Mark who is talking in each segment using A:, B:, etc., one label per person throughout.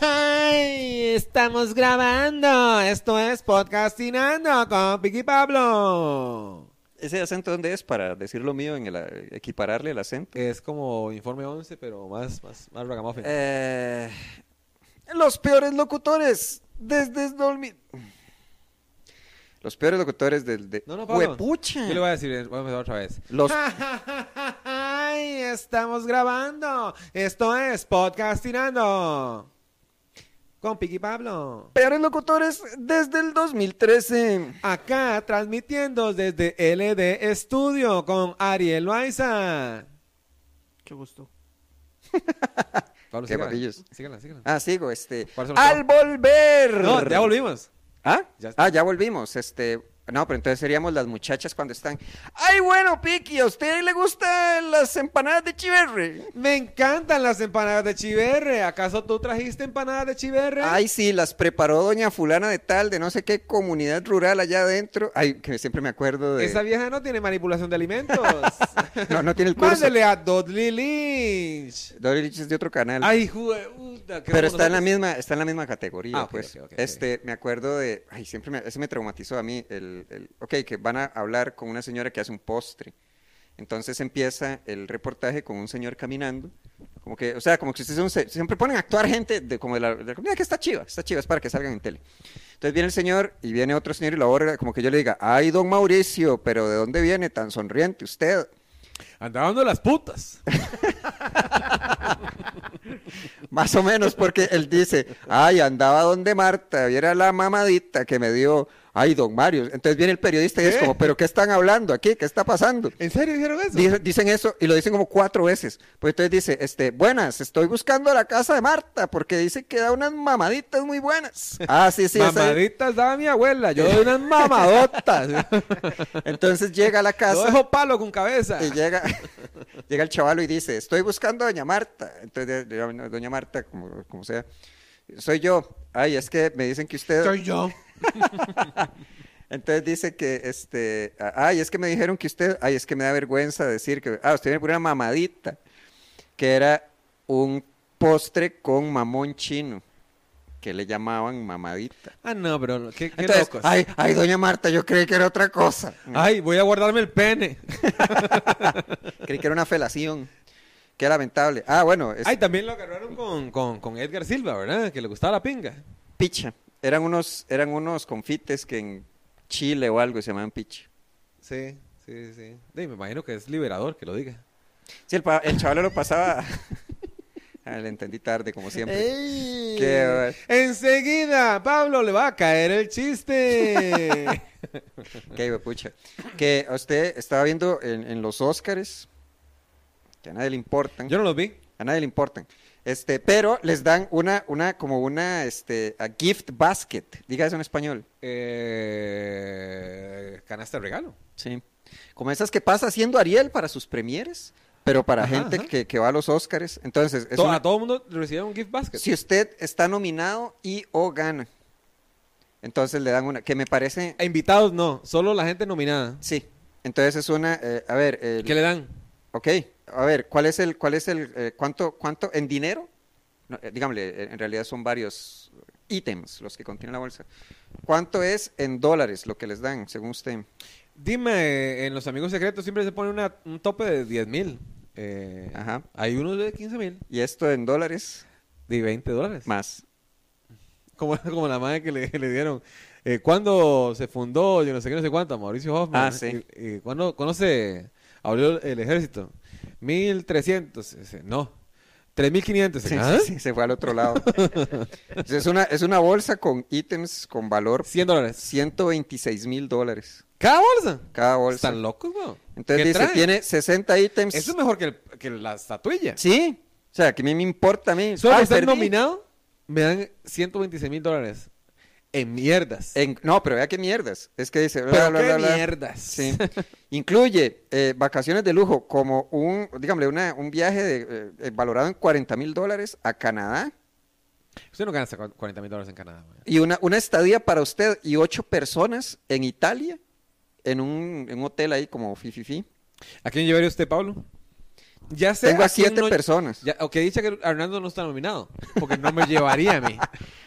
A: Ay, Estamos grabando. Esto es Podcastinando con Piqui Pablo.
B: ¿Ese acento dónde es? Para decir lo mío, en el, eh, equipararle el acento.
A: Es como Informe 11, pero más, más, más ragamuffin.
B: Eh, los peores locutores desde Dolmi... Los peores locutores del... De...
A: No, no, Pablo.
B: ¡Huepucha!
A: Yo le voy a decir, voy a empezar otra vez.
B: Los...
A: Ay, Estamos grabando. Esto es Podcastinando con Piqui Pablo.
B: peores locutores desde el 2013.
A: Acá transmitiendo desde LD Studio con Ariel Loaiza.
C: Qué gusto.
A: Pablo,
B: Qué
A: sígala.
B: márgeles.
A: Sígala, sígala.
B: Ah, sigo, este...
A: ¿Cuál se me
B: ¡Al volver!
A: No, ya volvimos.
B: ¿Ah?
A: Ya está.
B: ah, ya volvimos. Este, no, pero entonces seríamos las muchachas cuando están. Ay, bueno, Piqui, ¿a usted le gustan las empanadas de chiverre?
A: Me encantan las empanadas de chiverre. ¿Acaso tú trajiste empanadas de chiverre?
B: Ay, sí, las preparó doña fulana de tal, de no sé qué comunidad rural allá adentro. Ay, que siempre me acuerdo de...
A: Esa vieja no tiene manipulación de alimentos.
B: No, no tiene el curso.
A: Mándele a Dudley Lynch.
B: Dory Lynch es de otro canal.
A: Ay, jueputa.
B: pero está en, la misma, está en la misma categoría,
A: Ah, ok,
B: pues.
A: ok, ok, ok.
B: este, me acuerdo de... Ay, siempre me... Eso me traumatizó a mí. El, el- ok, que van a hablar con una señora que hace un postre. Entonces empieza el reportaje con un señor caminando. Como que, o sea, como que ustedes son se- siempre ponen a actuar gente de como de la, de- mira que está chiva, está chiva, es para que salgan en tele. Entonces viene el señor y viene otro señor y lo aborda, como que yo le diga, ay, don Mauricio, pero ¿de dónde viene tan sonriente usted?
A: Andaba dando las putas.
B: Más o menos, porque él dice, ay, andaba donde Marta, viera la mamadita que me dio, ay, don Mario. Entonces viene el periodista y es
A: ¿Qué?
B: como, pero ¿qué están hablando aquí? ¿Qué está pasando?
A: ¿En serio dijeron eso?
B: Dice- dicen eso y lo dicen como cuatro veces. Pues entonces dice, este, buenas, estoy buscando la casa de Marta porque dice que da unas mamaditas muy buenas. Ah, sí, sí. esa-
A: Mamaditas daba mi abuela. Yo doy unas mamadotas.
B: Entonces llega a la
A: Yo
B: casa
A: dejo palo con cabeza.
B: y llega, llega el chavalo y dice, estoy buscando a doña Marta. Entonces, de- de- doña Marta, como, como sea, soy yo. Ay, es que me dicen que usted...
C: Soy yo.
B: Entonces dice que, este, a- ay, es que me dijeron que usted, ay, es que me da vergüenza decir que, ah, usted viene por una mamadita, que era un postre con mamón chino, que le llamaban mamadita.
A: Ah, no, pero qué, qué
B: Entonces,
A: locos. Ah.
B: ay, ay, doña Marta, yo creí que era otra cosa.
A: Ay, voy a guardarme el pene.
B: Creí que era una felación. Qué lamentable. Ah, bueno, es
A: Ay, también lo agarraron con, con, con Edgar Silva, ¿verdad? Que le gustaba la pinga.
B: picha. Eran unos, eran unos confites que en Chile o algo se llamaban picha.
A: Sí, sí, sí. Sí, me imagino que es liberador que lo diga.
B: Sí, el, pa- el chaval lo pasaba. Ah, le entendí tarde, como siempre. Qué bueno.
A: Enseguida, Pablo le va a caer el chiste.
B: Qué huepucha. Que a usted estaba viendo en, en los Óscares, que a nadie le importan,
A: Yo no los vi.
B: a nadie le importan, este, pero les dan una, una, como una, este, a gift basket, diga eso en español.
A: Eh, canasta de regalo.
B: Sí. Como esas que pasa haciendo Ariel para sus premieres, pero para
A: Ajá,
B: gente
A: ajá.
B: Que, que va a los Óscares. Entonces, es
A: To-
B: una-
A: A todo el mundo recibe un gift basket.
B: si usted está nominado y o gana, entonces le dan una, que me parece,
A: A invitados no, solo la gente nominada.
B: sí. Entonces es una, eh, a ver, el-
A: ¿Qué le dan?
B: Ok, a ver, ¿cuál es el, cuál es el, eh, cuánto, cuánto en dinero? No, eh, dígame, eh, en realidad son varios ítems los que contiene la bolsa. ¿Cuánto es en dólares lo que les dan, según usted?
A: Dime, en los amigos secretos siempre se pone una- un tope de 10 mil. Eh,
B: Ajá.
A: Hay unos de 15 mil
B: Y esto en dólares
A: de 20 dólares.
B: más.
A: Como, como la madre que le, le dieron. Eh, ¿Cuándo se fundó? Yo no sé qué, no sé cuánto. Mauricio Hoffman.
B: Ah, sí.
A: Y- y ¿cuándo, cuándo se abrió el ejército? 1300. Ese, No. 3500.
B: Sí,
A: ¿ah?
B: sí, sí, se fue al otro lado. Entonces, es, una, es una bolsa con ítems con valor
A: 100 dólares.
B: 126 mil dólares
A: ¿Cada bolsa?
B: cada bolsa.
A: Están locos, weón.
B: Entonces
A: ¿Qué
B: dice,
A: traen?
B: tiene 60 ítems.
A: Eso es mejor que, el- que la estatuilla.
B: Sí, o sea, que a mí me importa a mí.
A: Solo por
B: Ay,
A: estar
B: Ah, perdí.
A: nominado, me dan 126 mil dólares. En mierdas.
B: En- no, pero vea qué mierdas. Es que dice. Eh, bla,
A: Pero
B: bla,
A: qué
B: bla, bla.
A: mierdas.
B: Sí. Incluye eh, vacaciones de lujo, como un, dígame, una- un viaje de, eh, eh, valorado en 40 mil dólares a Canadá
A: Usted no gana hasta 40 mil dólares en Canadá, weón.
B: y una, una estadía para usted y ocho personas en Italia, en un, en un hotel ahí como fififi.
A: ¿A quién llevaría usted, Pablo? Ya sé
B: Tengo a
A: quién
B: siete
A: no-
B: personas.
A: Ya, ok, dicha que Hernando no está nominado, porque no me llevaría a mí.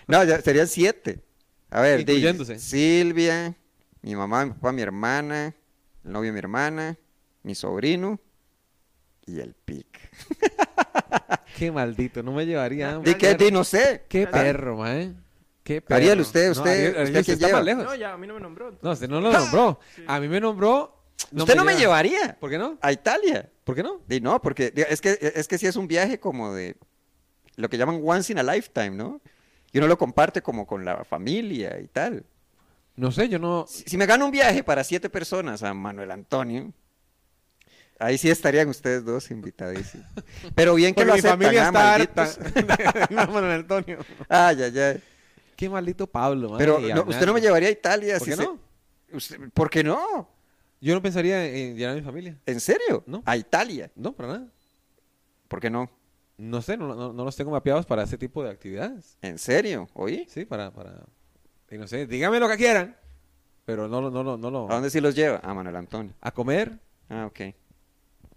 B: No, ya serían siete. A ver, di-
A: Incluyéndose.
B: Silvia, mi mamá, mi papá, mi hermana, el novio de mi hermana, mi sobrino y el pic.
A: Qué maldito, no me llevaría.
B: Di
A: hombre.
B: que, di, no sé.
A: Qué
B: Ah,
A: perro, mae. Qué perro.
B: Ariel, usted-
A: No,
B: usted-
A: Ariel- Ariel,
B: usted
A: usted
B: quién
A: está más
B: lleva.
A: lejos.
C: No, ya, a mí no me nombró.
A: No,
C: entonces.
A: usted no lo nombró. A mí me nombró.
B: Usted no me llevaría
A: ¿Por qué no?
B: a Italia.
A: ¿Por qué no?
B: Di, no, porque di, es que, es que sí es un viaje como de lo que llaman once in a lifetime, ¿no? Y uno lo comparte como con la familia y tal.
A: No sé, yo no.
B: Si, si me gano un viaje para siete personas a Manuel Antonio, ahí sí estarían ustedes dos invitadísimos. Pero bien que
A: Porque
B: lo
A: mi
B: aceptan,
A: familia
B: ah,
A: está
B: malditos.
A: harta. no, Manuel Antonio.
B: Ay, ay, ay.
A: Qué maldito Pablo, mae.
B: Pero
A: y
B: no,
A: Hernando.
B: usted no me llevaría a Italia.
A: ¿Por
B: si
A: qué
B: se-
A: no?
B: Usted- ¿Por qué no?
A: Yo no pensaría en llevar a mi familia.
B: ¿En serio?
A: No.
B: A Italia.
A: No, para nada.
B: ¿Por qué no?
A: No sé, no, no, no los tengo mapeados para ese tipo de actividades.
B: ¿En serio? ¿Oí?
A: Sí, para, para. Y no sé, díganme lo que quieran. Pero no lo, no lo, no lo.
B: ¿A dónde sí los lleva? A Manuel Antonio.
A: A comer.
B: Ah, ok.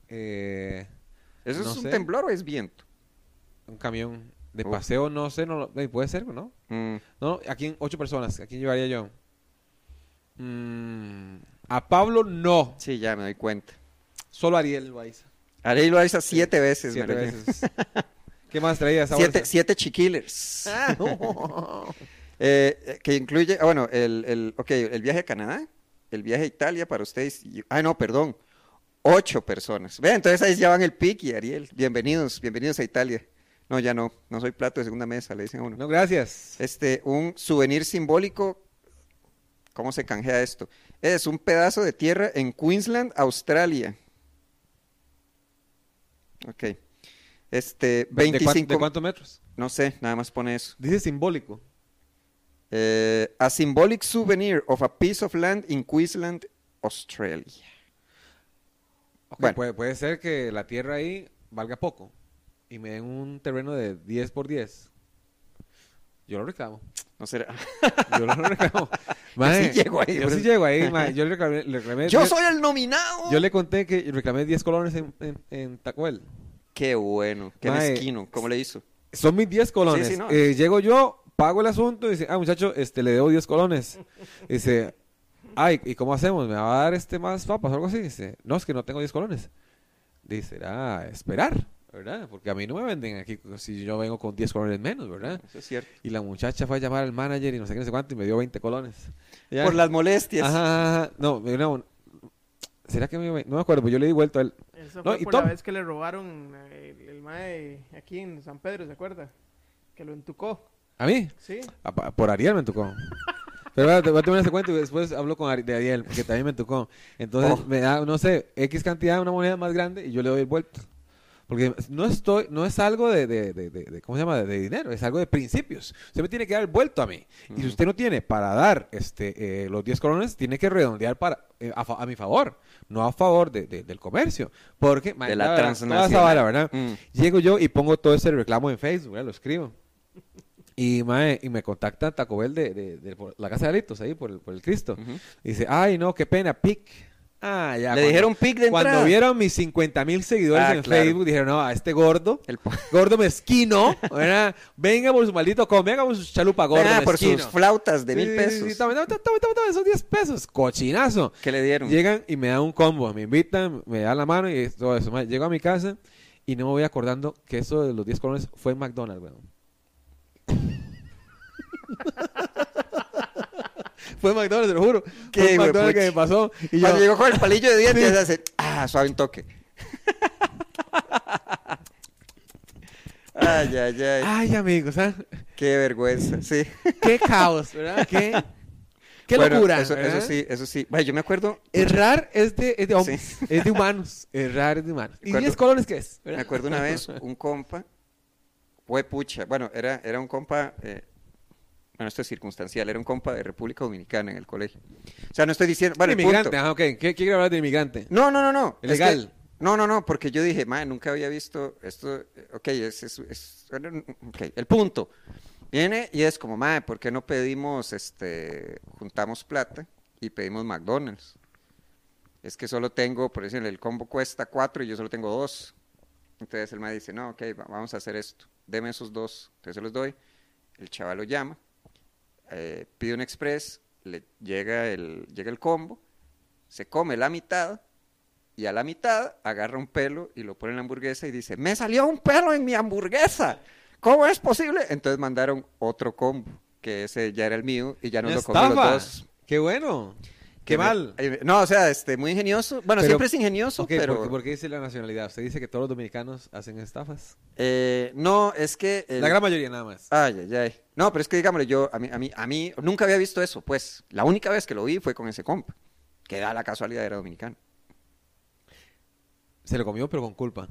A: Eh,
B: ¿Eso
A: No
B: es un
A: sé.
B: temblor o es viento?
A: un camión de
B: Uf.
A: paseo, no sé, no lo- eh, puede ser, ¿no?
B: Mm,
A: No, aquí en ocho personas, ¿a quién llevaría yo? Mm, a Pablo no,
B: sí, ya me doy cuenta.
A: solo a Ariel Loaiza.
B: Ariel lo hizo siete veces,
A: Siete
B: María.
A: veces. ¿Qué más traía esa
B: Siete,
A: bolsa?
B: siete chiquillers.
A: Ah, no.
B: Eh, eh, que incluye, ah, bueno, el, el, ok, el viaje a Canadá, el viaje a Italia para ustedes. y- ah, no, perdón. Ocho personas. Ve, entonces ahí ya van el piqui, Ariel. Bienvenidos, bienvenidos a Italia. No, ya no, no soy plato de segunda mesa, le dicen a uno.
A: No, gracias.
B: Este, un souvenir simbólico. ¿Cómo se canjea esto? Es un pedazo de tierra en Queensland, Australia. Ok. Este,
A: ¿De, cuán-
B: 25.
A: de cuántos metros?
B: No sé, nada más pone eso.
A: Dice simbólico.
B: Eh, a symbolic souvenir of a piece of land in Queensland, Australia.
A: Ok,
B: Bueno.
A: puede, puede ser que la tierra ahí valga poco y me den un terreno de 10 por 10. Yo lo reclamo.
B: No será.
A: Yo lo reclamo.
B: Yo sí llego ahí,
A: Yo
B: por
A: sí
B: eso.
A: llego ahí, mae. Yo le reclamé. le reclamé-
B: Yo
A: yo-
B: soy el nominado.
A: Yo le conté que reclamé 10 colones en, en, en Taco Bell.
B: Qué bueno, qué
A: Mae.
B: mezquino. ¿Cómo le hizo?
A: Son mis 10 colones.
B: Sí, sí, no.
A: Eh, llego yo, pago el asunto y dice, ah, muchacho, este, le debo 10 colones. Dice, ay, ¿y cómo hacemos? ¿Me va a dar este más papas o algo así? Dice, no, es que no tengo 10 colones. Dice, ah, esperar, ¿verdad? Porque a mí no me venden aquí si yo vengo con 10 colones menos, ¿verdad?
B: Eso es cierto.
A: Y la muchacha fue a llamar al manager y no sé qué, no sé cuánto, y me dio 20 colones. Ya.
B: Por las molestias.
A: Ajá, ajá, ajá. No, me- no, ¿será que me, no me acuerdo? Pues yo le di vuelta a él.
C: Eso
A: No,
C: fue
A: y
C: por
A: Tom.
C: la vez que le robaron eh, el, el mae aquí en San Pedro, ¿se acuerda? Que lo entucó.
A: ¿A mí?
C: Sí.
A: Ah, pa- Por Ariel me tocó. Pero voy a voy a terminar ese cuento y después hablo con Ari- de Ariel, porque también me tocó. Entonces
B: Oh.
A: me da, no sé, X cantidad, una moneda más grande y yo le doy el vuelto. Porque no estoy, no es algo de, de, de- de- de- ¿cómo se llama? De, de dinero, es algo de principios. Usted me tiene que dar el vuelto a mí. Y si usted no tiene para dar este eh, los 10 colones, tiene que redondear para eh, a, fa- a mi favor, no a favor de- de- del comercio. Porque,
B: De la
A: toda esa
B: transnacional.
A: vara, ¿verdad?
B: Mm.
A: Llego yo y pongo todo ese reclamo en Facebook, ¿verdad? lo escribo. Y, mae, y me contacta Taco Bell de, de- de por la casa de Alitos, ahí por el, por el Cristo.
B: Ujú.
A: Y dice, ay, no, qué pena, pic. Ah, ya.
B: Le dijeron pic de
A: Cuando
B: entrada.
A: vieron mis 50 mil seguidores
B: Ah,
A: en
B: claro.
A: Facebook, dijeron, no, a este gordo,
B: El po-
A: gordo mezquino, ¿verdad? venga por su maldito come, venga por su chalupa gordo
B: Ah, por
A: mezquino.
B: sus flautas de
A: Sí,
B: mil
A: sí,
B: pesos.
A: Sí, sí, tome, tome, tome, tome, tome, esos 10 pesos, cochinazo.
B: ¿Qué le dieron?
A: Llegan y me dan un combo, me invitan, me dan la mano y todo eso. mae. Llego a mi casa y no me voy acordando que eso de los 10 colones fue en McDonald's, weón. fue en McDonald's, te lo juro.
B: Qué
A: fue en McDonald's que
B: huepucha.
A: me pasó. Y yo,
B: Cuando llegó con el palillo de dientes, hace, ah, suave un toque. ay, ay, ay.
A: ay, amigos, ¿ah?
B: Qué vergüenza, sí.
A: qué caos, ¿verdad? Qué, qué
B: Bueno,
A: locura.
B: Eso, eso
A: ¿verdad?
B: sí, eso sí. Bueno, yo me acuerdo,
A: Errar es de, es de hombres, es de humanos. Errar es de humanos. ¿Y
B: Cuando-
A: 10 colones qué es?
B: me acuerdo una vez, un compa, fue pucha, bueno, era, era un compa, eh, bueno, esto es circunstancial, era un compa de República Dominicana en el colegio. O sea, no estoy diciendo, bueno, el
A: inmigrante,
B: punto.
A: ajá, ok. ¿Qué quiere hablar de inmigrante?
B: No, no, no, no.
A: El
B: Es que-
A: legal.
B: no, no, no, porque yo dije, man, nunca había visto esto. eh, Ok, es, es- es- era un- ok, el punto. Viene y es como, man, ¿por qué no pedimos, este, juntamos plata y pedimos McDonald's? Es que solo tengo, por decirlo, el combo cuesta cuatro y yo solo tengo dos. Entonces el mae dice, no, ok, va- vamos a hacer esto. Deme esos dos. Entonces se los doy. El chaval lo llama, eh, pide un express, le llega el, llega el combo, se come la mitad y a la mitad agarra un pelo y lo pone en la hamburguesa y dice, me salió un pelo en mi hamburguesa. ¿Cómo es posible? Entonces mandaron otro combo, que ese ya era el mío y ya no
A: Una
B: lo comió los
A: estafa.
B: dos.
A: ¡Qué bueno! ¡Qué
B: Que me-
A: mal!
B: eh, No, o sea, este, muy ingenioso. Bueno,
A: Pero-
B: siempre es ingenioso,
A: Ok,
B: pero...
A: ¿por, qué- por qué dice la nacionalidad? Usted dice que todos los dominicanos hacen estafas.
B: eh, no, es que... el-
A: La gran mayoría nada más.
B: Ay, ay, ay. No, pero es que digámosle, yo, a mí, a mí, a mí, nunca había visto eso, pues. La única vez que lo vi fue con ese compa, que da la casualidad era dominicano.
A: Se lo comió, pero con culpa.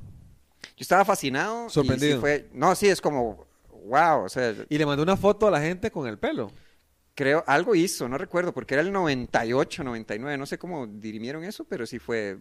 B: Yo estaba fascinado. y sí
A: Sorprendido.
B: fue- no, sí, es como, wow, o sea,
A: Y le mandó una foto a la gente con el pelo.
B: creo, algo hizo, no recuerdo, porque era el 98, 99, no sé cómo dirimieron eso, pero sí fue,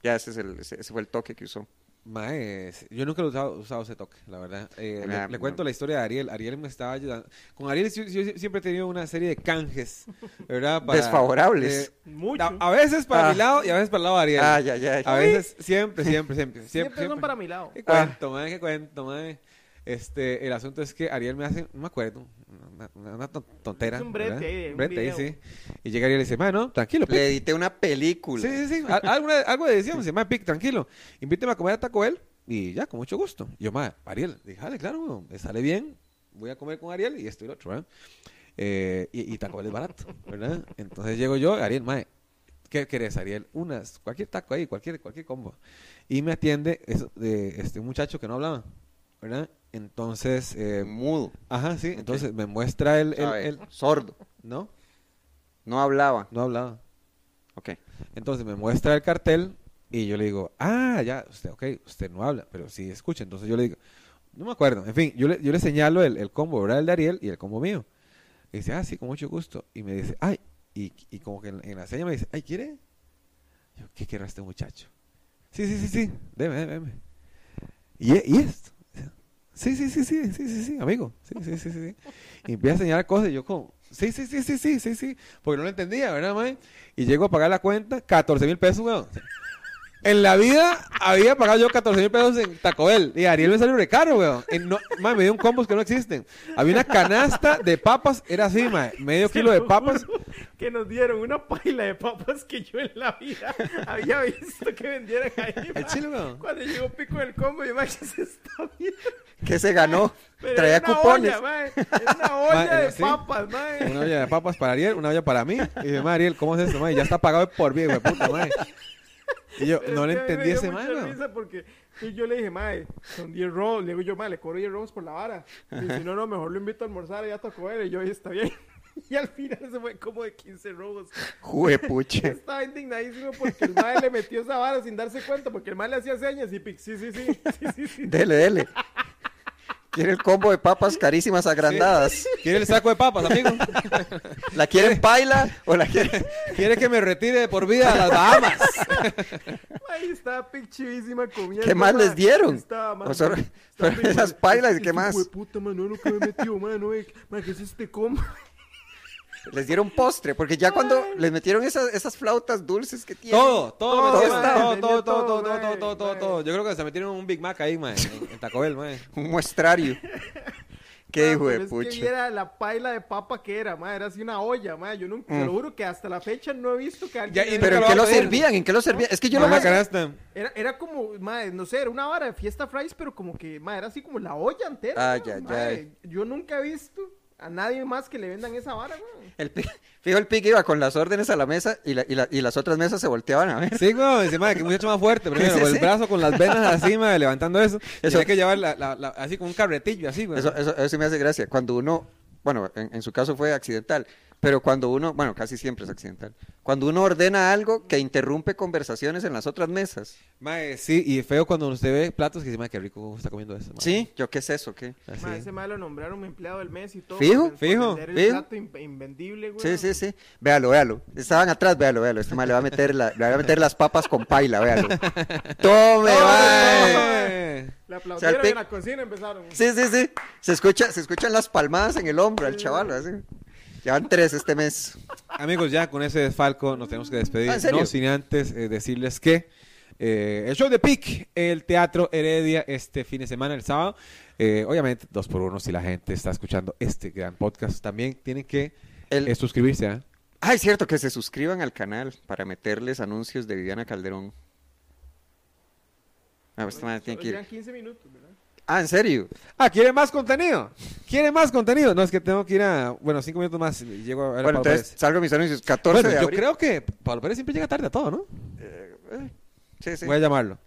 B: ya ese, es el, ese, ese fue el toque que usó.
A: Mae, es- yo nunca lo he usado, usado ese toque, la verdad. Eh,
B: Eh,
A: le,
B: mira,
A: le cuento
B: no.
A: la historia de Ariel. Ariel me estaba ayudando. Con Ariel yo, yo siempre he tenido una serie de canjes, ¿verdad?
B: Desfavorables.
A: eh,
C: Mucho.
A: a, a veces para
B: Ah.
A: mi lado y a veces para el lado de Ariel.
B: Ay, ay, ay.
A: A veces, siempre, siempre, siempre. Siempre,
C: Siempre, son
A: siempre.
C: para mi lado.
A: Qué cuento, mae, qué cuento, mae. Este, el asunto es que Ariel me hace, no me acuerdo, una, una- una ton- tontera.
C: Es un brete
A: ¿verdad?
C: ahí de un
A: Brete ahí,
C: video.
A: sí. Y llega Ariel y le dice, mae, no, tranquilo, pues,
B: Le edité una película.
A: Sí, sí, sí. Al- alguna- algo de decisión. Dice, "Mae, Pic, tranquilo. Invíteme a comer a Taco Bell. Y ya, con mucho gusto. Y yo, ma, Ariel, dije, "Dale, claro, weón, me sale bien. Voy a comer con Ariel y esto y lo otro, ¿verdad? Eh, y, y Taco Bell es barato, ¿verdad? Entonces llego yo, Ariel, mae, ¿qué querés, Ariel? Unas, cualquier taco ahí, cualquier, cualquier combo. Y me atiende es- de, este, un muchacho que no hablaba, ¿verdad? Entonces, eh,
B: Mudo,
A: ajá, sí,
B: Ok.
A: entonces me muestra el, el-
B: ¿sabe?
A: el-
B: sordo,
A: no,
B: no hablaba.
A: no hablaba.
B: Ok.
A: Entonces me muestra el cartel y yo le digo, ah, ya, usted, ok, usted no habla, pero sí escucha. Entonces yo le digo, no me acuerdo. En fin, yo le, yo le señalo el, el combo, ¿verdad? El de Ariel y el combo mío. Y dice, ah, sí, con mucho gusto. Y me dice, ay, y, y como que en, en la seña me dice, ay, ¿quiere? Yo, ¿qué querrá este muchacho? Sí, sí, sí, sí, deme, deme, deme. ¿Y, e- y esto? Sí, sí, sí, sí, sí, sí, sí, amigo. Sí, sí, sí, sí. sí. Y empieza a señalar cosas y yo como, sí, sí, sí, sí, sí, sí, sí. Porque no lo entendía, ¿verdad, mae? Y llego a pagar la cuenta, 14 mil pesos, weón. En la vida había pagado yo 14 mil pesos en Taco Bell. Y Ariel me salió re caro, weón. En no- mae, me dio un combos que no existen. Había una canasta de papas, era así, mae. Medio
C: Se
A: kilo de
C: lo
A: papas.
C: juro Que nos dieron una paila de papas que yo en la vida había visto que vendieran ahí.
A: El
C: ma.
A: chile, weón.
C: Cuando llegó Pico del Combo, yo me dije, se está bien.
B: ¿Qué se ganó?
C: Pero
B: Traía
C: era una
B: cupones.
C: olla, ma, era una olla
A: Ma,
C: de
A: sí.
C: papas, mae.
A: Una olla de papas para Ariel, una olla para mí. Y dije, "Ma, Ariel, ¿cómo es esto, mae? Ya está pagado por bien, weón, puta, mae. Y yo,
C: Pero
A: no le
C: es que a mí me
A: entendí
C: dio
A: ese
C: mucha
A: mae, weón.
C: risa porque y yo le dije, mae, son 10 robos. Le digo yo, mae, le cobro 10 robos por la vara. Y dice, no, no, mejor lo invito a almorzar, ya tocó él. Y yo, "Ay, está bien. Y al final se fue como de 15 robos. Yo
B: Juepuche.
C: Estaba indignadísimo porque el mae le metió esa vara sin darse cuenta, porque el mae le hacía señas y pic, sí, sí, sí, sí, sí, sí.
B: Dele, dele. Quiere el combo de papas carísimas agrandadas.
A: ¿Quiere el saco de papas, amigo?
B: ¿La quieren paila o la quieren?
A: ¿Quiere que me retire de por vida a las Bahamas?
C: Ahí estaba pic chivísima comiendo.
B: ¿Qué más
C: mae.
B: les dieron?
C: Estaba, mae,
B: O sea,
C: mae,
B: pero
C: pic,
B: esas
C: mae,
B: pailas,
C: este
B: ¿qué más?
C: hijo de puta, mae, no, lo que me metió, mae, no, eh, mae, ¿qué es este combo?
B: Les dieron postre, porque ya cuando les metieron esas, esas flautas dulces que tienen.
A: Todo, todo,
B: Todo
A: todo,
B: estaba,
A: todo,
C: tenía
A: todo, todo, todo,
C: todo,
A: todo,
C: mae,
A: todo, todo, todo,
C: mae.
A: todo. Yo creo que se metieron un Big Mac ahí, mae, en en Taco Bell, mae.
B: Un muestrario. Qué
C: Ma,
B: hijo
C: pero
B: de
C: es que
B: pucha.
C: viera la paila de papa que era, ma, era así una olla, ma, yo nunca,
B: Mm.
C: te lo juro que hasta la fecha no he visto que
A: Ya,
C: alguien...
A: y
C: haya-
B: Pero ¿en
A: Nunca lo
B: qué lo
A: va a pedir.
B: servían? ¿En qué lo servían? Es que yo
A: Mae,
B: lo
A: una
B: más...
A: canasta.
C: Era, era como, ma, no sé, era una vara de fiesta fries, pero como que, ma, era así como la olla entera.
B: Ay,
C: ma,
B: ay,
C: ma,
B: ay.
C: Yo nunca he visto a nadie más que le vendan esa vara, ma.
B: El pi- Fijo, el pique iba con las órdenes a la mesa y, la- y la- y las otras mesas se volteaban a ver.
A: Sí, güey, dice, madre, que muchacho más fuerte, primero,
B: Sí,
A: con
B: sí.
A: el brazo, con las venas así, madre, levantando eso.
B: Eso-
A: Eso. hay que llevar la, la- la- así con un carretillo, así, güey.
B: Eso, eso, eso sí me hace gracia. Cuando uno, bueno, en, en su caso fue accidental, pero cuando uno, bueno, casi siempre es accidental. Cuando uno ordena algo que interrumpe conversaciones en las otras mesas.
A: Mae, sí, y feo cuando usted ve platos que dice, madre, qué rico está comiendo eso, mae.
B: Sí, yo qué es eso, qué.
A: Así.
C: Ma, ese ma lo nombraron mi empleado del mes y todo.
B: Ah, Fijo,
C: por
A: fijo,
C: vender el
B: fijo.
C: plato in- invendible, güey.
B: Sí, sí, sí. Véalo, véalo. Estaban atrás, véalo, véalo. Este mal le va a meter, la- le va a meter las papas con paila, véalo. Tome,
A: Ay,
B: mae.
A: mae.
C: Le aplaudieron
B: Salpic-
C: en la cocina empezaron.
B: Sí, sí, sí. Se escucha, se escuchan las palmadas en el hombro al chaval, así. Ya van tres este mes.
A: Amigos, ya con ese desfalco nos tenemos que despedir.
B: Ah, ¿en serio?
A: No sin antes eh, decirles que Eh, el show de PIC, el Teatro Heredia, este fin de semana, el sábado. Eh, obviamente, dos por uno, si la gente está escuchando este gran podcast, también tienen que
B: El-
A: eh, suscribirse. ¿ah?
B: Ah, es cierto, que se suscriban al canal para meterles anuncios de Viviana Calderón. Ah, pues, esta madre tiene que ir.
C: Llegan 15 minutos, ¿verdad?
B: Ah, ¿en serio?
A: Ah, ¿quiere más contenido? ¿Quiere más contenido? No, es que tengo que ir a. Bueno, cinco minutos más y llego a ver a Pablo
B: Bueno, entonces
A: Pérez.
B: salgo mis anuncios. 14
A: Bueno,
B: de
A: yo
B: abril.
A: creo que Pablo Pérez siempre llega tarde a todo, ¿no?
B: Eh, eh, sí, sí.
A: Voy a llamarlo.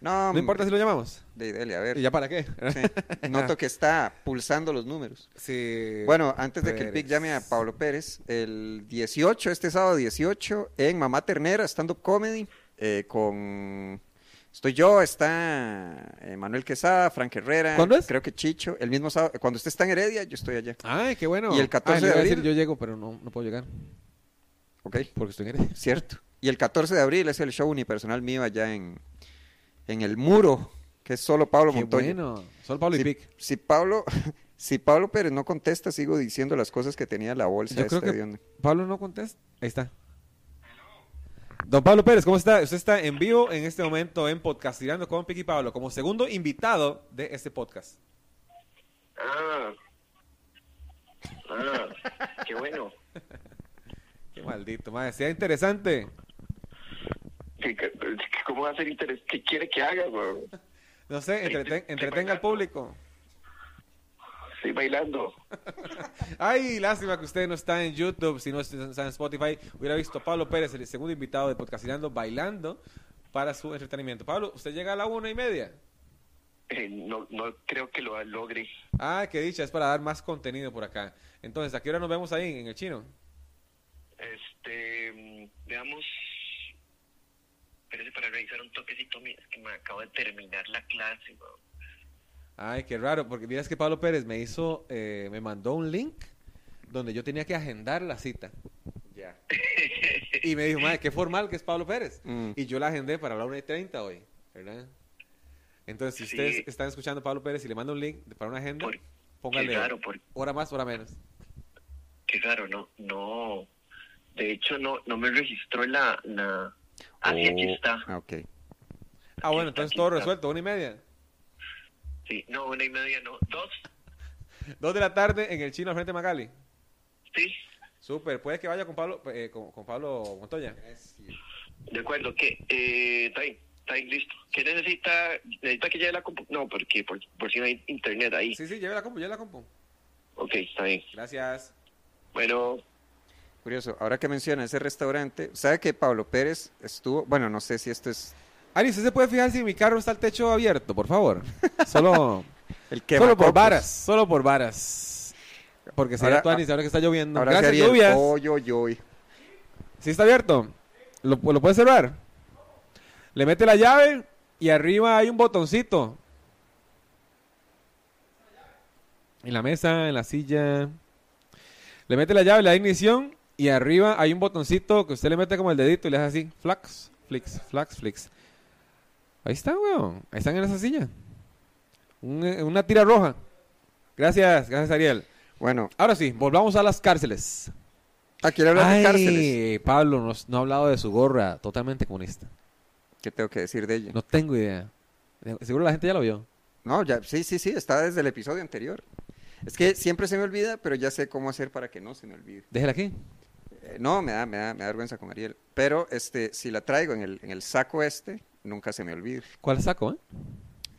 B: no,
A: No importa si lo llamamos.
B: De, dele, a ver.
A: ¿Y ya para qué?
B: Sí. Noto que está pulsando los números.
A: Sí.
B: Bueno, antes de que el PIC
A: Pérez.
B: llame a Pablo Pérez, el 18, este sábado 18, en Mamá Ternera, stand-up comedy, eh, con... Estoy yo, está eh, Manuel Quesada, Frank Herrera,
A: ¿Cuándo es?
B: creo que Chicho, el mismo sábado, cuando usted está en Heredia, yo estoy allá,
A: Ay, qué bueno.
B: Y el 14
A: Ah, le
B: de
A: iba a decir,
B: abril.
A: yo llego, pero no, no puedo llegar.
B: ¿ok?
A: Porque estoy en Heredia.
B: Cierto. Y el 14 de abril es el show unipersonal mío allá en, en El Muro, que es solo Pablo
A: Qué
B: Montoya.
A: bueno. Solo Pablo
B: si,
A: y Pic.
B: si Pablo, si Pablo Pérez no contesta, sigo diciendo las cosas que tenía en la bolsa
A: Yo creo
B: esta
A: que
B: hedionda.
A: Pablo no contesta. Ahí está. Don Pablo Pérez, ¿cómo está? Usted está en vivo en este momento en Podcast Tirando con Pic y Pablo como segundo invitado de este podcast.
D: Ah. Ah, qué bueno.
A: Qué maldito, madre. Sea interesante.
D: ¿Qué- qué- ¿Cómo va a ser interés? ¿Qué quiere que haga, weón?
A: No sé, entreten-
D: estoy
A: entretenga al
D: bailando.
A: público.
D: Estoy bailando.
A: Ay, lástima que usted no está en YouTube, si no está en Spotify. Hubiera visto a Pablo Pérez, el segundo invitado de Podcastinando, bailando para su entretenimiento. Pablo, usted llega a la una y media.
D: Eh, no, no creo que lo logre.
A: Ah, qué dicha, es para dar más contenido por acá. Entonces, ¿a qué hora nos vemos ahí en el chino?
D: Este, mm, veamos. Espérese para revisar un toquecito. Mira, es que me acabo de terminar la clase, weón.
A: Ay, qué raro, porque miras que Pablo Pérez me hizo, eh, me mandó un link donde yo tenía que agendar la cita. Y me dijo, madre, qué formal que es Pablo Pérez.
B: Mm.
A: Y yo la agendé para la 1 y 30 hoy, ¿verdad? Entonces, si
D: Sí.
A: ustedes están escuchando a Pablo Pérez y le manda un link para una agenda,
D: Por-
A: póngale
D: qué raro, por-
A: hora más, hora menos.
D: Qué raro, no, no. De hecho, no, no me registró la, la... Ah, sí, aquí
B: Oh,
D: está.
B: ah, ok.
A: Ah, bueno,
D: está,
A: entonces
D: aquí
A: todo
D: está.
A: resuelto, una y media.
D: Sí, no, una y media, no. Dos,
A: Dos de la tarde en el chino al frente de Magali.
D: sí.
A: Súper, puede que vaya con Pablo, eh, con, con Pablo Montoya.
D: De acuerdo, que eh, está bien, está bien, listo. ¿Qué necesita? ¿Necesita que lleve la compu? No, porque por, por si no hay internet ahí.
A: Sí, sí, lleve la compu, lleve la compu.
D: Ok, está bien.
A: Gracias.
D: Bueno,
B: Curioso, ahora que menciona ese restaurante, ¿sabe que Pablo Pérez estuvo? Bueno, no sé si esto es
A: Ari, ¿usted se puede fijar si mi carro está el techo abierto, por favor? Solo,
B: el que
A: solo por varas, solo por varas. Porque sería
B: Ahora-
A: Tuanis, ahora que está lloviendo.
B: Ahora
A: Gracias,
B: sí, Ariel.
A: lluvias.
B: Oy, oy, oy.
A: Sí está abierto. Lo, lo puedes cerrar. Le mete la llave y arriba hay un botoncito. En la mesa, en la silla. Le mete la llave, le da ignición y arriba hay un botoncito que usted le mete como el dedito y le hace así. Flax, flix, flax, flix. Ahí está, weón. Ahí están en esa silla. Un- eh, una tira roja. Gracias, gracias Ariel.
B: Bueno,
A: Ahora sí, volvamos a las cárceles.
B: ah, quiere hablar
A: Ay,
B: de cárceles.
A: Pablo no, no ha hablado de su gorra totalmente comunista.
B: ¿Qué tengo que decir de ella?
A: No tengo idea. Seguro la gente ya lo vio.
B: No, ya, sí, sí, sí, está desde el episodio anterior. Es que siempre se me olvida, pero ya sé cómo hacer para que no se me olvide.
A: Déjela aquí.
B: Eh, no, me da, me da, me da vergüenza con Ariel. Pero este, si la traigo en el, en el saco este, nunca se me olvida.
A: ¿Cuál saco, eh?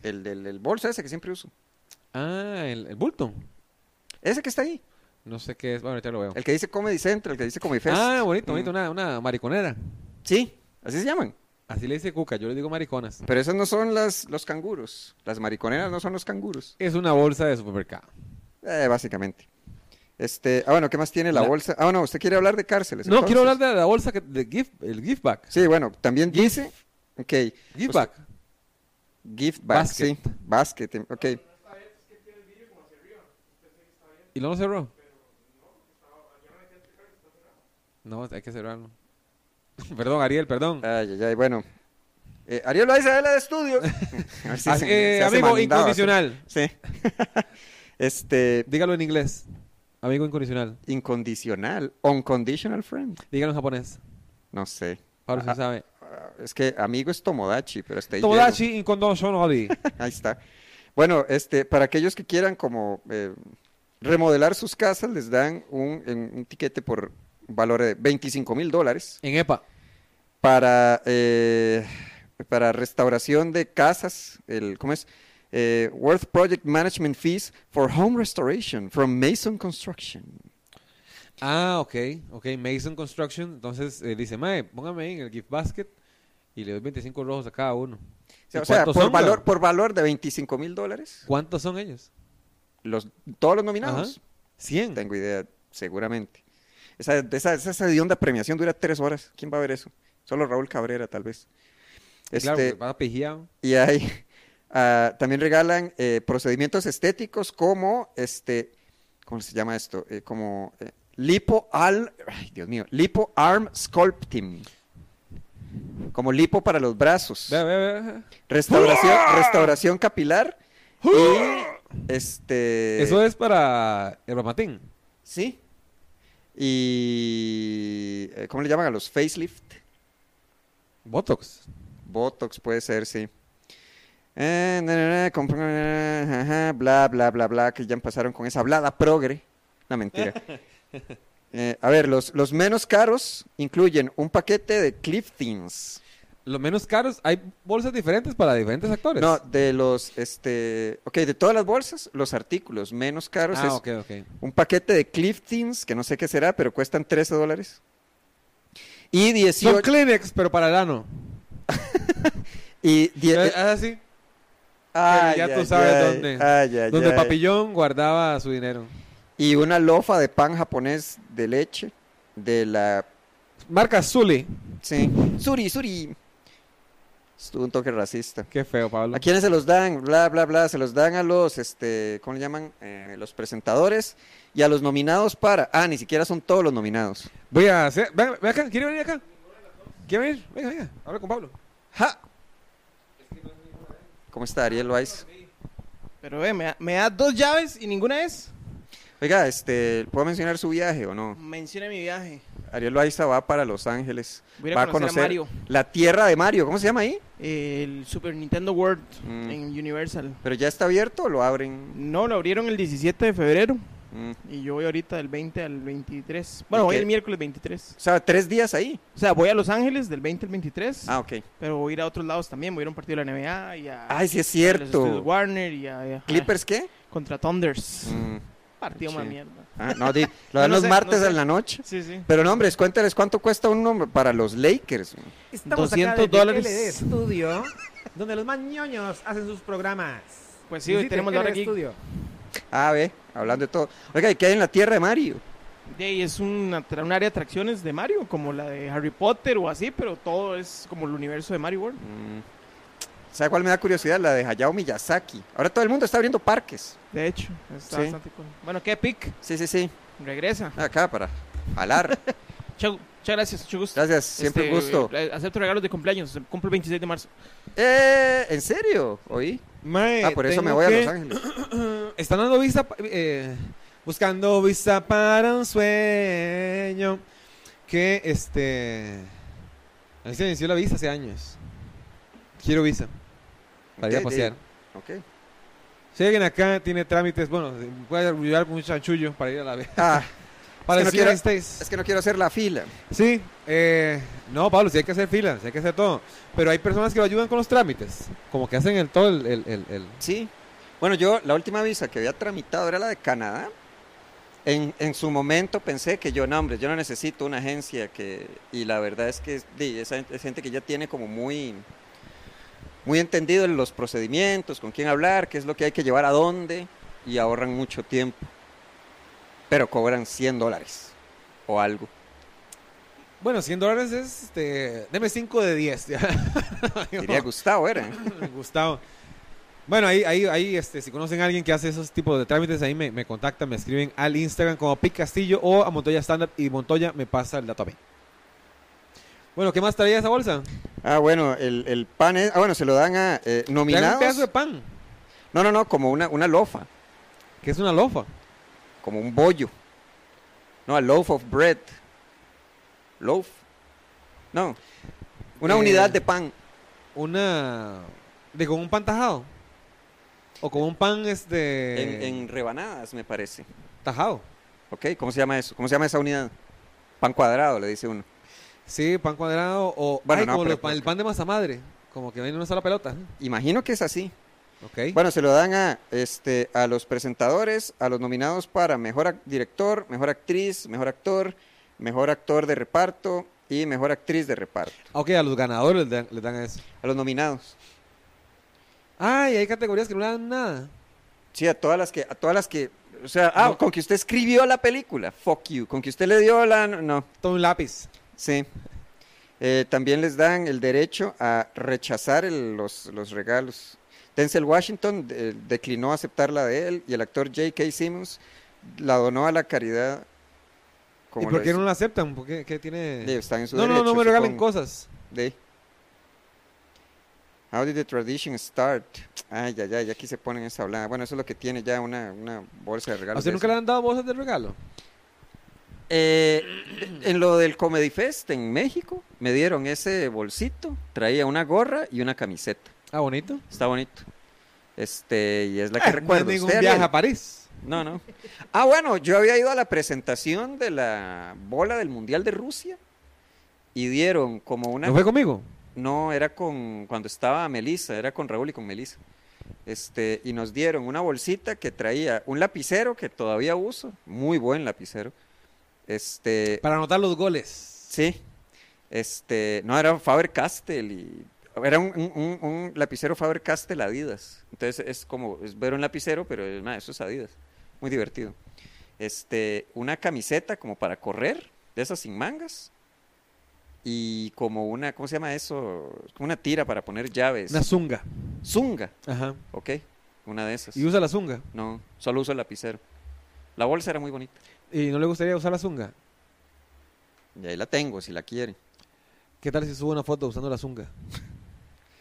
B: El del el bolso ese que siempre uso.
A: Ah, el, el bulto.
B: Ese que está ahí.
A: No sé qué es. Bueno, ahorita lo veo.
B: El que dice Comedy Central, el que dice Comedy Fest.
A: Ah, bonito,
B: Mm.
A: bonito. Una, una mariconera.
B: Sí, así se llaman.
A: Así le dice Cuca. Yo le digo mariconas.
B: Pero esas no son las, los canguros. Las mariconeras no son los canguros.
A: Es una bolsa de supermercado.
B: Eh, básicamente. Este, ah, bueno, ¿qué más tiene la,
A: La-
B: bolsa? Ah, no, usted quiere hablar de cárceles.
A: No, quiero
B: entonces.
A: hablar de la bolsa que, de gift, el gift bag.
B: Sí, bueno, también dice. Ok.
A: Gift
B: Usted-
A: bag.
B: Gift back,
A: Basket.
B: sí. Basket, em, ok.
A: ¿Y no lo cerró? No, hay que cerrarlo. perdón, Ariel, perdón.
B: Ay, ay, ay, bueno. Eh, Ariel Loaiza de la de estudio. A ver si
A: Así-
B: se-
A: eh,
B: se hace
A: amigo
B: mandado, así.
A: incondicional.
B: Sí. este,
A: Dígalo en inglés. Amigo incondicional.
B: incondicional, unconditional friend.
A: Dígalo en japonés.
B: No sé.
A: Ahora se sabe.
B: Ah, Es que amigo es Tomodachi, pero está ahí. lleno.
A: Tomodachi in Kondoshono Hori.
B: Ahí está. Bueno, este, para aquellos que quieran como eh, remodelar sus casas, les dan un, en- un tiquete por valor de 25 mil dólares
A: En EPA.
B: para, eh, para restauración de casas, el, ¿cómo es? Eh, Worth Project Management Fees for Home Restoration from Mason Construction.
A: Ah, ok, ok. Mason Construction. Entonces eh, dice, mae, póngame ahí en el gift basket y le doy 25 rojos a cada uno. ¿Y
B: O sea,
A: cuántos
B: por,
A: son,
B: valor,
A: weón?
B: por valor de 25 mil dólares,
A: ¿Cuántos son ellos?
B: los, todos los nominados.
A: Ajá. 100.
B: Tengo idea, seguramente. Esa, esa, esa, esa hedionda premiación dura tres horas. ¿Quién va a ver eso? Solo Raúl Cabrera, tal vez.
A: Claro,
B: Este,
A: porque va pejillado.
B: y hay, ah, también regalan eh, procedimientos estéticos como, este, ¿cómo se llama esto? Eh, como eh, lipo al, ay, Dios mío, lipo arm sculpting. Como lipo para los brazos.
A: Ve, ve, ve, ve.
B: Restauración,
A: ¡Ah!
B: restauración capilar. Y, este...
A: Eso es para el Ramatín.
B: Sí. Y. eh, ¿Cómo le llaman a los facelift?
A: Botox.
B: Botox puede ser, sí. Eh, na, na, na, compro- na, na, na, ajá, bla, bla, bla, bla, que ya pasaron con esa hablada progre. Una mentira. Eh, a ver, los, los menos caros incluyen un paquete de cliftings.
A: Los menos caros, hay bolsas diferentes para diferentes actores.
B: No, de los, este, ok, de todas las bolsas, los artículos menos caros
A: Ah,
B: es
A: ok, ok.
B: Un paquete de cliftings, que no sé qué será, pero cuestan 13 dólares. Y
A: Son
B: 18...
A: Kleenex, pero para el ano.
B: Y die- eh,
A: Es así.
B: Ay,
A: ya tú
B: ay,
A: sabes
B: ay,
A: dónde.
B: ay, ay,
A: Donde
B: ay.
A: Papillón guardaba su dinero.
B: Y una lofa de pan japonés de leche. De la.
A: Marca Zully.
B: Sí. Suri, suri. Estuvo un toque racista.
A: Qué feo, Pablo.
B: ¿A quiénes se los dan? Bla, bla, bla. Se los dan a los. este ¿Cómo le llaman? Eh, los presentadores. Y a los nominados para. Ah, ni siquiera son todos los nominados.
A: Voy a hacer. Ven, ven acá, ¿quiere venir acá? ¿Quiere venir? Venga, venga, habla con Pablo.
B: ¡Ja! ¿Cómo está Ariel Weiss?
E: Pero ve, me, da- me da dos llaves y ninguna es.
B: Oiga, este, ¿puedo mencionar su viaje o no?
E: Menciona mi viaje.
B: Ariel Loaiza va para Los Ángeles.
E: Voy a ir
B: va
E: a conocer a Mario.
B: la tierra de Mario. ¿Cómo se llama ahí?
E: El Super Nintendo World
B: Mm.
E: en Universal.
B: ¿Pero ya está abierto o lo abren?
E: No, lo abrieron el 17 de febrero.
B: Mm. O
E: Y yo voy ahorita del 20 al 23. Bueno, voy
B: qué?
E: el miércoles 23.
B: sea, tres días ahí.
E: O sea, voy a Los Ángeles del 20 al 23.
B: Ah, ok.
E: Pero voy a ir a otros lados también. Voy a ir a un partido de la NBA y a.
B: Ay, sí Ah, es
E: a los estudios
B: cierto.
E: Warner y a. y a-
B: ¿Clippers qué?
E: Contra Thunders.
B: Mm.
E: Partido
B: Sí.
E: más mierda.
B: Ah, no, di- lo
E: No,
B: dan
E: no
B: los
E: sé,
B: martes
E: no sé.
B: en la noche.
E: Sí, sí.
B: Pero no, hombres, cuéntales cuánto cuesta uno para los Lakers. güey.
E: 200
F: desde
E: dólares.
F: LD Studio, donde los más ñoños hacen sus programas.
E: Pues sí, hoy
F: Visiten
E: tenemos la hora
F: LD
E: geek.
F: Studio.
B: Ah, ve, hablando de todo. Oiga, ¿y qué hay en la tierra de Mario?
E: De ahí es una tra- un área de atracciones de Mario, como la de Harry Potter o así, pero todo es como el universo de Mario World.
B: Mm. ¿Sabe cuál me da curiosidad? La de Hayao Miyazaki. Ahora todo el mundo está abriendo parques.
E: De hecho, está
B: Sí.
E: bastante cool. Bueno, qué pic.
B: Sí, sí, sí.
E: Regresa.
B: Acá para jalar.
E: Chau, muchas gracias, mucho gusto.
B: Gracias, siempre un
E: Este,
B: gusto.
E: eh, Acepto regalos de cumpleaños. Cumplo el 26 de marzo.
B: Eh, ¿En serio? ¿Oí?
A: Mae,
B: Ah, por eso me
A: Eh, tengo
B: voy
A: que-
B: a Los Ángeles.
A: Están dando visa. pa- eh, buscando visa para un sueño. Que este. A mí se me venció la visa hace años. Quiero visa. Para ir a
B: Ok,
A: pasear.
B: Ok.
A: Si alguien acá tiene trámites, bueno, puede ayudar con un chanchullo para ir a la vez.
B: Ah,
A: Para
B: que no
A: decir
B: quiero-
A: ahí estáis.
B: es que no quiero hacer la fila.
A: Sí, eh, no, Pablo, sí hay que hacer filas, hay que hacer todo. Pero hay personas que lo ayudan con los trámites, como que hacen el todo el... el- el- el-
B: Sí. Bueno, yo la última visa que había tramitado era la de Canadá. En, en su momento pensé que yo, no, hombre, yo no necesito una agencia que... Y la verdad es que di, esa gente- es gente que ya tiene como muy... Muy entendido en los procedimientos, con quién hablar, qué es lo que hay que llevar a dónde. Y ahorran mucho tiempo. Pero cobran 100 dólares o algo.
A: Bueno, 100 dólares es, este, deme 5 de 10.
B: Diría Gustavo, era.
A: Gustavo. Bueno, ahí, ahí, ahí, este, si conocen a alguien que hace esos tipos de trámites, ahí me, me contactan, me escriben al Instagram como Pic Castillo o a Montoya Standard y Montoya me pasa el dato a mí. Bueno, ¿qué más traía esa bolsa?
B: Ah, bueno, el, el pan es... Ah, bueno, se lo dan a eh,
A: Traía
B: nominados.
A: un pedazo de pan,
B: No, no, no, como una, una lofa,
A: que es una lofa.
B: como un bollo. No, a loaf of bread. Loaf. No. Una
A: Eh,
B: unidad de pan.
A: Una. De con un pan tajado. O con un pan este.
B: En, en rebanadas, me parece.
A: Tajado.
B: ¿Ok? ¿Cómo se llama eso? ¿Cómo se llama esa unidad? Pan cuadrado, le dice uno.
A: Sí, pan cuadrado. O.
B: Bueno,
A: ay,
B: no,
A: como
B: pero-
A: los pan- el pan de masa madre. Como que viene una sola pelota.
B: Imagino que es así.
A: Ok.
B: Bueno, se lo dan a, este, a los presentadores, a los nominados para mejor ac- director, mejor actriz, mejor actor, mejor actor de reparto y mejor actriz de reparto.
A: Ok, a los ganadores les dan, les dan eso.
B: A los nominados.
A: Ay, hay categorías que no le dan nada.
B: Sí, a todas las que, a todas las que, o sea, ah,
A: No.
B: con que usted escribió la película, fuck you, con que usted le dio la, no,
A: Toma un lápiz.
B: sí. Eh, también les dan el derecho a rechazar el- los, los regalos. Denzel Washington eh, declinó aceptar la de él y el actor J.K. Simmons la donó a la caridad.
A: ¿Y
B: como
A: por
B: lo
A: qué
B: hizo.
A: no lo aceptan? ¿Por qué, qué tiene.?
B: Sí, están en su
A: no, no,
B: derecho,
A: no me regalen
B: supongo.
A: cosas.
B: De. How did the tradition start? Ay, ya, ya, ya aquí se ponen esa hablada. Bueno, eso es lo que tiene ya una, una bolsa de
A: ¿A
B: regalos.
A: usted
B: de
A: nunca
B: eso.
A: le han dado bolsas de regalo?
B: Eh, en lo del Comedy Fest en México, me dieron ese bolsito, traía una gorra y una camiseta.
A: Ah, bonito.
B: Está bonito. Este, y es la que Eh,
A: Ah,
B: recuerdo.
A: No es ningún
B: ¿Usted,
A: viaje
B: Ariel?
A: a París.
B: No, no. Ah, bueno, yo había ido a la presentación de la bola del Mundial de Rusia y dieron como una
A: ¿No fue conmigo?
B: No, era con cuando estaba Melissa, era con Raúl y con Melissa. Este, y nos dieron una bolsita que traía un lapicero que todavía uso, muy buen lapicero. Este,
A: Para anotar los goles.
B: sí. Este, no era Faber Castell y era un, un- un- un lapicero Faber Castell Adidas. Entonces es como es ver un lapicero, pero eh, ma, eso es Adidas. Muy divertido. Este, una camiseta como para correr, de esas sin mangas. Y como una, ¿cómo se llama eso? Como una tira para poner llaves.
A: Una zunga.
B: Zunga,
A: Ajá.
B: ok. Una de esas.
A: Y usa la zunga.
B: No, solo uso el lapicero. La bolsa era muy bonita.
A: ¿Y no le gustaría usar la zunga?
B: Y ahí la tengo, si la quiere.
A: ¿Qué tal si subo una foto usando la zunga?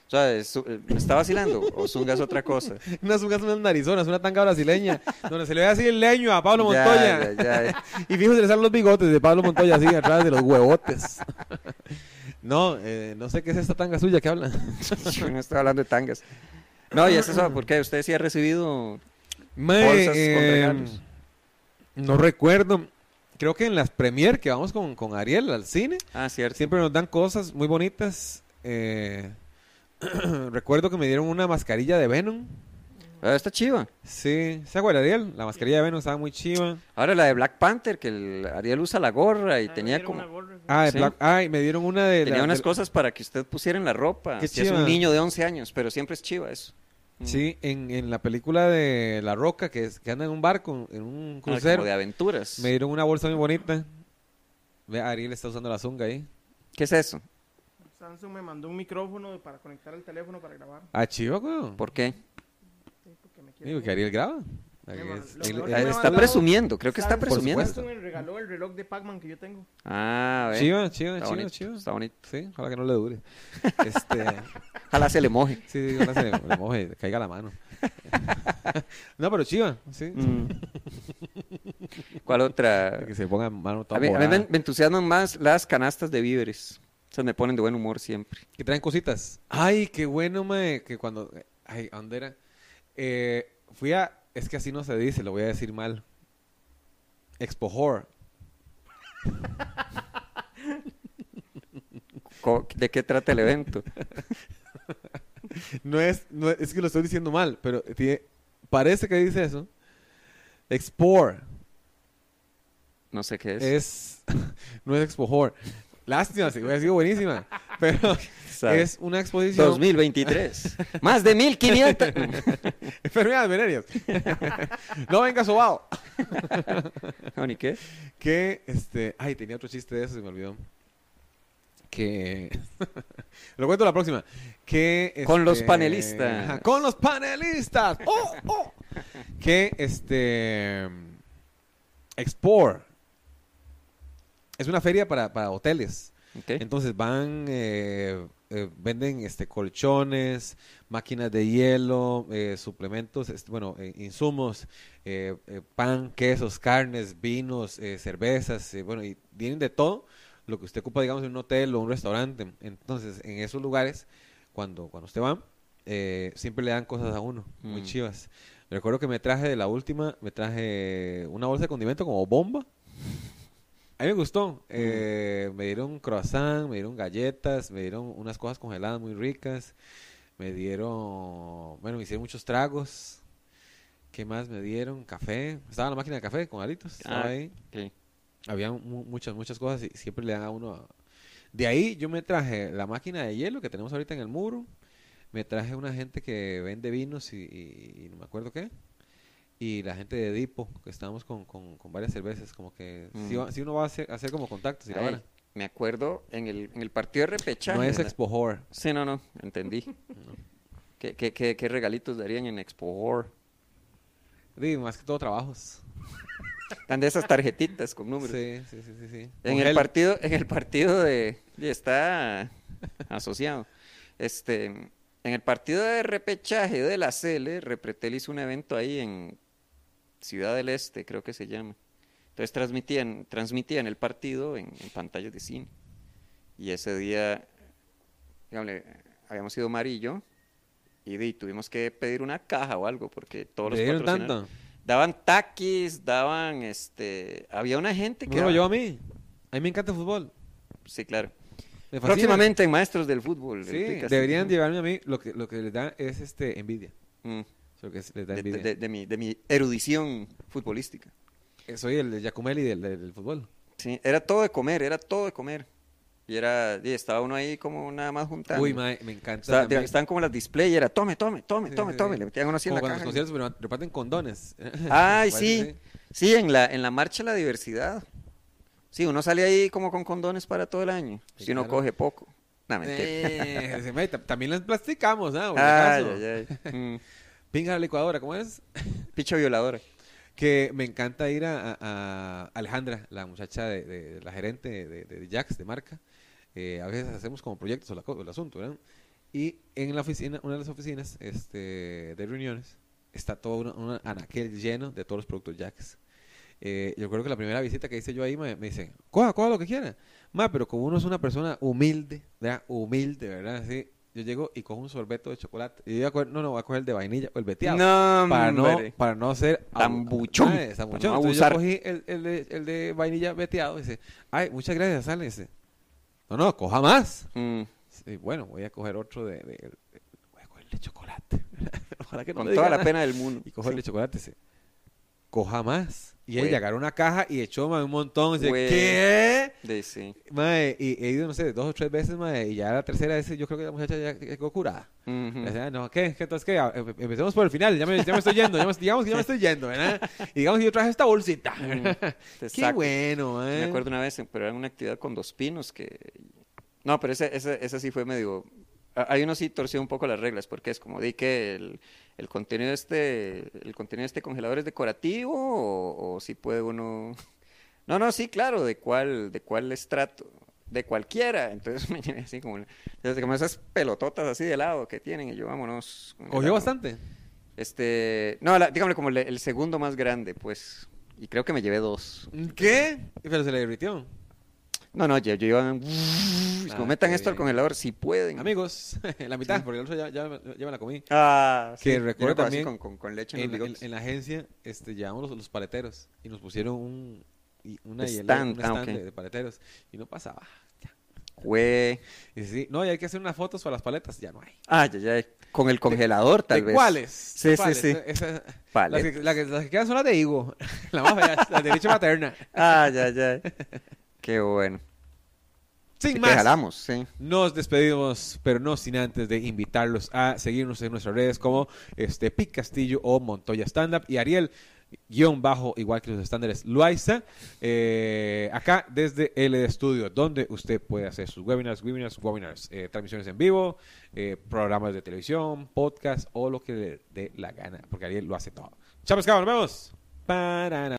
B: O sea, es su- eh, me está vacilando. O zunga es otra cosa.
A: Una zunga es una narizona, es una tanga brasileña, donde se le ve así el leño a Pablo
B: Ya,
A: Montoya.
B: ya, ya, eh.
A: Y fijo, se le salen los bigotes de Pablo Montoya así atrás de los huevotes. No, eh, no sé qué es esta tanga suya que habla.
B: Yo no estaba hablando de tangas. No, y es eso, porque usted sí ha recibido.
A: Mae,
B: Bolsas con
A: eh,
B: regalos.
A: no recuerdo. Creo que en las premier que vamos con, con Ariel al cine,
B: Ah, cierto.
A: siempre nos dan cosas muy bonitas. Eh, recuerdo que me dieron una mascarilla de Venom.
B: Ah, está chiva.
A: Sí, ¿se acuerda Ariel? La mascarilla de Venom estaba muy chiva.
B: Ahora la de Black Panther, que el Ariel usa la gorra y
E: Ah,
B: tenía
E: era una
B: como.
E: gorra.
A: Ah, de
B: Sí.
A: Black- ay, me dieron una de...
B: Tenía
A: la-
B: unas
A: de-
B: cosas para que usted pusiera en la ropa.
A: Qué
B: si es un
A: chiva.
B: niño de 11 años, pero siempre es chiva eso. Mm.
A: Sí, en, en la película de La Roca, que, es- que anda en un barco, en un
B: Ah, como
A: crucero.
B: de aventuras.
A: Me dieron una bolsa muy bonita. Ve, Ariel está usando la zunga ahí.
B: ¿Qué es eso?
E: Samsung me mandó un micrófono para conectar al teléfono para grabar.
A: Ah, chiva, weón.
B: ¿Por qué?
A: Eh,
E: sí, porque me quiere
A: Digo que
E: mucho.
A: Ariel graba.
E: Mi
A: Ahí
E: amor,
A: es-
E: lo
A: él- él-
E: mejor que me
B: Ah,
E: ha
B: Está
E: mandado-
B: presumiendo, creo que está
E: Samsung-
B: presumiendo.
A: supuesto.
E: Samsung me regaló el reloj de Pac-Man que yo tengo.
B: Ah, ve.
A: Chiva, ¿eh? chiva,
B: Está
A: chiva,
B: bonito.
A: chiva.
B: Está bonito.
A: Sí, ojalá que no le dure. Este,
B: Ojalá se le moje.
A: sí, sí, ojalá se le- le moje, le caiga la mano. no, pero chiva, sí.
B: Mm. ¿Cuál otra?
A: Que se ponga mano toda
B: A mí, a mí
A: morada.
B: me, me entusiasman más las canastas de víveres. Esas me ponen de buen humor siempre.
A: Que traen cositas. Ay, qué bueno, me. Que cuando. Ay, ¿a ¿dónde era? Eh, fui a. Es que así no se dice, lo voy a decir mal. Expo Horror.
B: Co- ¿De qué trata el evento?
A: No es, no es, es que lo estoy diciendo mal, pero tiene- parece que dice eso. Expor
B: No sé qué es.
A: es, no es Expojor. Lástima, si hubiera sido buenísima, pero
B: Sabe.
A: es una exposición.
B: 2023. más de 1500.
A: Enfermedades venéreas. no venga sobao.
B: No, Ah, ¿Ni qué?
A: Que, este, ay, tenía otro chiste de eso, se me olvidó. Que, lo cuento la próxima. Que,
B: Con los
A: este,
B: panelistas.
A: ajá, con los panelistas. ¡Oh, oh! que, este, Expor es una feria para, para hoteles.
B: Ok.
A: Entonces van, eh, eh, venden este colchones, máquinas de hielo, eh, suplementos, este, bueno, eh, insumos, eh, eh, pan, quesos, carnes, vinos, eh, cervezas, eh, bueno, y tienen de todo lo que usted ocupa, digamos, en un hotel o un restaurante. Entonces, en esos lugares, cuando, cuando usted va, eh, siempre le dan cosas a uno, muy
B: Mm.
A: chivas. Recuerdo que me traje de la última, me traje una bolsa de condimento como bomba. A mí me gustó. Eh, me dieron croissant, me dieron galletas, me dieron unas cosas congeladas muy ricas. Me dieron, bueno, me hicieron muchos tragos. ¿Qué más me dieron? Café. Estaba la máquina de café con alitos. Estaba
B: Ah,
A: ahí.
B: ok.
A: Había mu- muchas, muchas cosas y siempre le dan a uno. a- De ahí yo me traje la máquina de hielo que tenemos ahorita en el muro. Me traje una gente que vende vinos y, y- y no me acuerdo qué. Y la gente de Edipo, que estábamos con, con- con varias cervezas. Como que si,
B: Mm.
A: va- si uno va a hacer, hacer como contactos. Y la
B: Ay,
A: vara.
B: me acuerdo en el, en el partido de repechaje.
A: no es
B: ¿verdad?
A: Expo Whore.
B: Sí, no, no, entendí. ¿Qué, qué, qué, qué regalitos darían en Expo War?
A: Di, más que todo trabajos.
B: Tan de esas tarjetitas con números.
A: Sí, sí, sí, sí. sí. Con
B: En el
A: gel.
B: partido, en el partido de, y está asociado. Este, en el partido de repechaje de la CL, Repretel hizo un evento ahí en Ciudad del Este, creo que se llama. Entonces transmitían, transmitían el partido en, en pantallas de cine. Y ese día, digamos, habíamos ido amarillo y, di, tuvimos que pedir una caja o algo porque todos los
A: ¿Le dieron
B: patrocinadores-
A: tanto?
B: daban taquis, daban este, había una gente que
A: No,
B: daba-
A: yo a mí. A mí me encanta el fútbol.
B: Sí, claro.
A: Me fascina.
B: Próximamente en Maestros del Fútbol. el
A: Sí,
B: Picas.
A: deberían llevarme a mí. Lo que, lo que les da es este envidia.
B: Mm,
A: Eso que es- les da
B: De,
A: envidia.
B: de- de mi, de mi erudición futbolística.
A: Eh, Soy el de Giacomelli del, del, del fútbol.
B: Sí, era todo de comer, era todo de comer. Y era, y estaba uno ahí como nada más juntando.
A: Uy, mae, me encanta.
B: Estaba-
A: también.
B: estaban como las display y era tome, tome, tome,
A: Sí,
B: tome,
A: sí,
B: tome.
A: sí.
B: Le metían uno así en
A: Como
B: la
A: cuando
B: caja.
A: los conciertos pero reparten condones.
B: Ay,
A: Parece-
B: sí. Sí, en la, en la marcha de la diversidad. Sí, uno sale ahí como con condones para todo el año.
A: Sí,
B: si uno
A: claro.
B: coge poco. No, mentira.
A: Eh, se me- ta- también las plasticamos, ¿ah? por si
B: Ay,
A: acaso.
B: ay, ay. Mm,
A: Pinga la licuadora, ¿cómo es?
B: Picha violadora.
A: Que me encanta ir a, a- a Alejandra, la muchacha de, de- de la gerente de, de- de Jax, de marca. Eh, a veces hacemos como proyectos o la co- el asunto, ¿verdad? Y en la oficina, una de las oficinas este, de reuniones, está todo una- un anaquel lleno de todos los productos Jax. Eh, yo creo que la primera visita que hice yo ahí me, me dicen, coja, coja lo que quiera. Ma, pero como uno es una persona humilde, ¿verdad? Humilde, ¿verdad? Así, yo llego y cojo un sorbeto de chocolate. Y yo voy a coger- no, no, voy a coger el de vainilla o el veteado
B: No,
A: para no,
B: hombre.
A: para no ser abu-
B: Tan buchón,
A: Mae, tan
B: para
A: buchón.
B: no
A: Entonces yo
B: abusar.
A: cogí el, el de, el de vainilla veteado y dice, ay, muchas gracias, sale. Dice, no, no, coja más.
B: Mm.
A: Sí, bueno, voy a coger otro de, de- de- voy a coger el de chocolate. Ojalá que no
B: Con
A: me
B: toda
A: diga
B: la
A: nada.
B: pena del mundo.
A: Y cojo el de chocolate, dice, coja más. Y
B: Güey.
A: ella agarró una caja y echó mae, un montón. Dice,
B: Güey.
A: ¿qué?
B: De- sí.
A: Mae, y he ido, no sé, dos o tres veces, mae, y ya la tercera vez yo creo que la muchacha ya quedó curada.
B: Ujú.
A: O sea, no, ¿qué? ¿Qué? Entonces, ¿qué? Ah, em- Empecemos por el final, ya me, ya me estoy yendo, ya me- digamos que ya me estoy yendo, ¿verdad? Y digamos que yo traje esta bolsita.
B: Te
A: Qué
B: saco.
A: bueno, ¿eh?
B: Mm, Me acuerdo una vez, pero era una actividad con dos pinos que... No, pero esa, esa, esa sí fue medio... a- Ahí uno sí torció un poco las reglas, porque es como di que el, el contenido de este, el contenido de este congelador es decorativo o, o si puede uno... No, no, sí, claro, de cuál, de cuál estrato, de cualquiera. Entonces me llevé así como, una- entonces como esas pelototas así de lado que tienen y yo vámonos. con el
A: Cogió
B: agua.
A: bastante.
B: Este, no, la- dígame como el, el segundo más grande, pues. Y creo que me llevé dos.
A: ¿Qué? Pero se le derritió.
B: No, no, yo, yo iba. "Uff",
A: Ah,
B: como metan
A: qué
B: esto al
A: bien.
B: congelador si pueden.
A: Amigos, la mitad, porque el otro ya, ya, me- ya me la comí.
B: Ah,
A: Que
B: sí,
A: recuerdo
B: yo creo así
A: también
B: Con, con- con leche en,
A: En,
B: los
A: la-
B: bigotes.
A: en- en la agencia este, llevamos los, los paleteros y nos pusieron un, y una hielera,
B: Stand,
A: un
B: ah,
A: stand
B: ok.
A: de, de paleteros y no pasaba.
B: Güey.
A: Y dice, sí, no, y hay que hacer unas fotos para las paletas, ya no hay.
B: Ay, ay, ay. Con el congelador, tal
A: ¿De
B: vez.
A: cuáles?
B: Sí, sí,
A: ¿Cuáles?
B: sí.
A: Esa- las,
B: Paletas.
A: que, las que- las que quedan son las de higo, la más fea, la de leche materna.
B: Ay, ay, ay. Qué bueno.
A: Sin
B: Y que
A: más,
B: jalamos, sí.
A: nos despedimos, pero no sin antes de invitarlos a seguirnos en nuestras redes como este Pic Castillo o Montoya Stand Up y Ariel guión bajo, igual que los estándares Luisa, eh, acá desde LD Studio, donde usted puede hacer sus webinars, webinars, webinars, eh, transmisiones en vivo, eh, programas de televisión, podcast o lo que le dé la gana, porque Ariel lo hace todo. Chao, pescado, nos vemos. Parara.